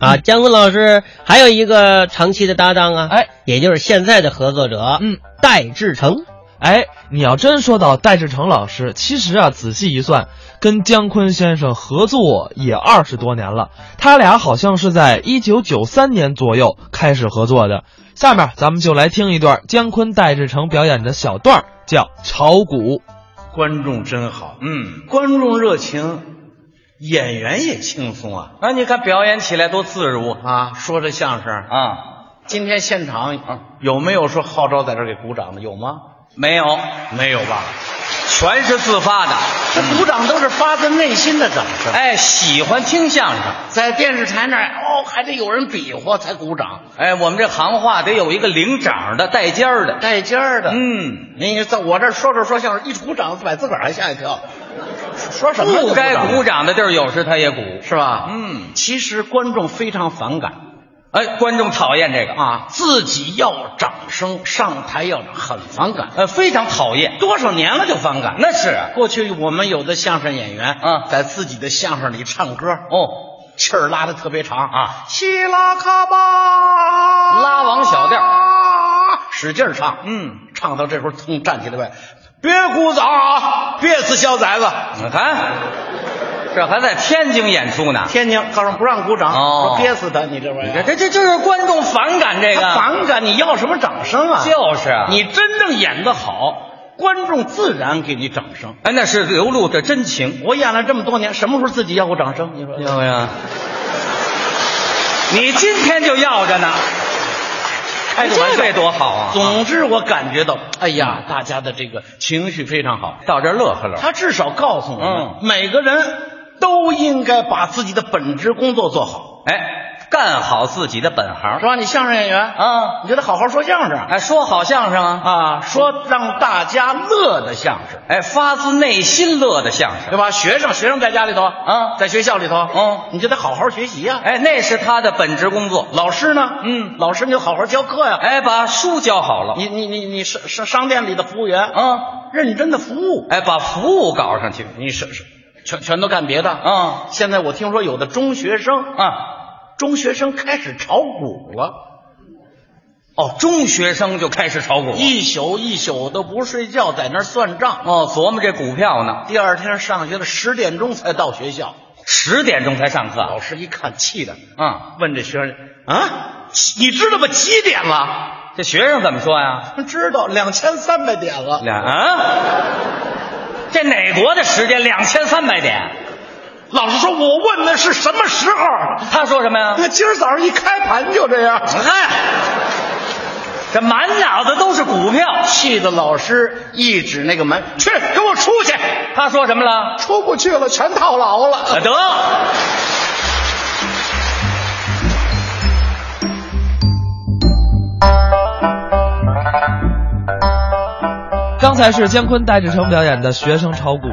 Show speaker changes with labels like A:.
A: 啊，姜昆老师还有一个长期的搭档啊，
B: 嗯哎，
A: 也就是现在的合作者，
B: 嗯，
A: 戴志诚。
B: 哎，你要真说到戴志诚老师，其实啊，仔细一算，跟姜昆先生合作也二十多年了。他俩好像是在一九九三年左右开始合作的。下面咱们就来听一段姜昆戴志诚表演的小段儿，叫《炒股》。
C: 观众真好，
D: 嗯，
C: 观众热情，演员也轻松啊
D: 那你看表演起来多自如
C: 啊！说这相声，
D: 啊！
C: 今天现
B: 嗯
C: 场啊有没有说号召在这儿给鼓掌的？有吗？
D: 没有，
C: 没有吧？嗯
D: 全是自发的。
C: 这鼓掌都是发自内心的掌声。
D: 哎，喜欢听相声。
C: 在电视台那儿哦，还得有人比划才鼓掌，
D: 哎，我们这行话得有一个领掌的、带尖儿的。
C: 带尖儿的。，
D: 嗯，
C: 你在我这儿说着说相声，一鼓掌把自个儿还吓一跳，啊说什么呢
D: 不该鼓
C: 鼓掌
D: 掌的地儿，有时他也鼓。
C: 是吧？
D: 嗯，
C: 其实观众非常反感。
D: 哎，观众讨厌这个，
C: 啊，自己要掌声，上台要掌很反感，
D: 呃，非常讨厌。
C: 多少年了就反感。
D: 那是啊
C: 过去我们有的相声演员
D: 啊
C: 在自己的相声里唱歌，
D: 哦，
C: 气儿拉的特别长啊
D: 啊，
C: 希拉卡巴，
D: 拉王小调，
C: 使劲儿唱，
D: 嗯，
C: 唱到这会儿，腾站起来问：“别鼓掌啊，别死小崽子！”
D: 你看，这还在天津演出呢。
C: 天津告诉不让鼓掌，
D: 哦
C: 说憋死他，你这玩意
D: 你
C: 儿
D: 看，。这这就是观众反感这个，
C: 他反感，你要什么掌声啊？
D: 就是啊。
C: 你真正演得好，观众自然给你掌声。
D: 哎，那是流露的真情。
C: 我演了这么多年，什么时候自己要过掌声？你说
D: 要呀，你今天就要着呢，
C: 开个玩
D: 这
C: 笑
D: 位多好啊！
C: 总之，我感觉到，哎呀，大家的这个情绪非常好。
D: 到这儿乐呵乐呵，
C: 他至少告诉我们，每个人都应该把自己的本职工作做好，
D: 哎，干好自己的本
C: 是
D: 行
C: 吧？你相声演员，
D: 啊！
C: 你就得好好说相声
D: 哎，说好相声啊，
C: 啊，说让大家乐的相声，
D: 哎，发自内心乐的相
C: 对
D: 声，
C: 吧？学生，学生在家里头
D: 啊
C: 在学校里头，
D: 嗯
C: 你就得好好学习呀、
D: 哎，那是他的本职工作。
C: 老师呢？
D: 嗯
C: 老师你就好好教课呀、
D: 哎，把书教好了，
C: 你你你你商商商店里的服务员，
D: 啊，
C: 认真的服务，
D: 哎，把服务搞上去，
C: 你是是全全都干别的
D: 啊
C: 现在我听说有的中学生，
D: 啊，
C: 中学生开始炒股了，
D: 哦，中学生就开始炒股，
C: 一宿一宿都不睡觉，在那儿算账。啊
D: 哦，琢磨这股票呢，
C: 第二天上学了十点钟才到学校，
D: 十点钟才上课
C: 老师一看气的，
D: 啊、
C: 问这学生啊，你知道吗？几点了？
D: 这学生怎么说呀？
C: 知道两千三百点了。
D: 两啊，这哪国的时间？两千三百点？
C: 老师说，我问的是什么时候？
D: 他说什么呀？
C: 今儿早上一开盘就这样。
D: 嗨，这满脑子都是股票。
C: 气的老师一指那个门，去给我出去！
D: 他说什么了？
C: 出不去了，全套牢了。
D: 得。
B: 刚才是姜昆戴志诚表演的《学生炒股》。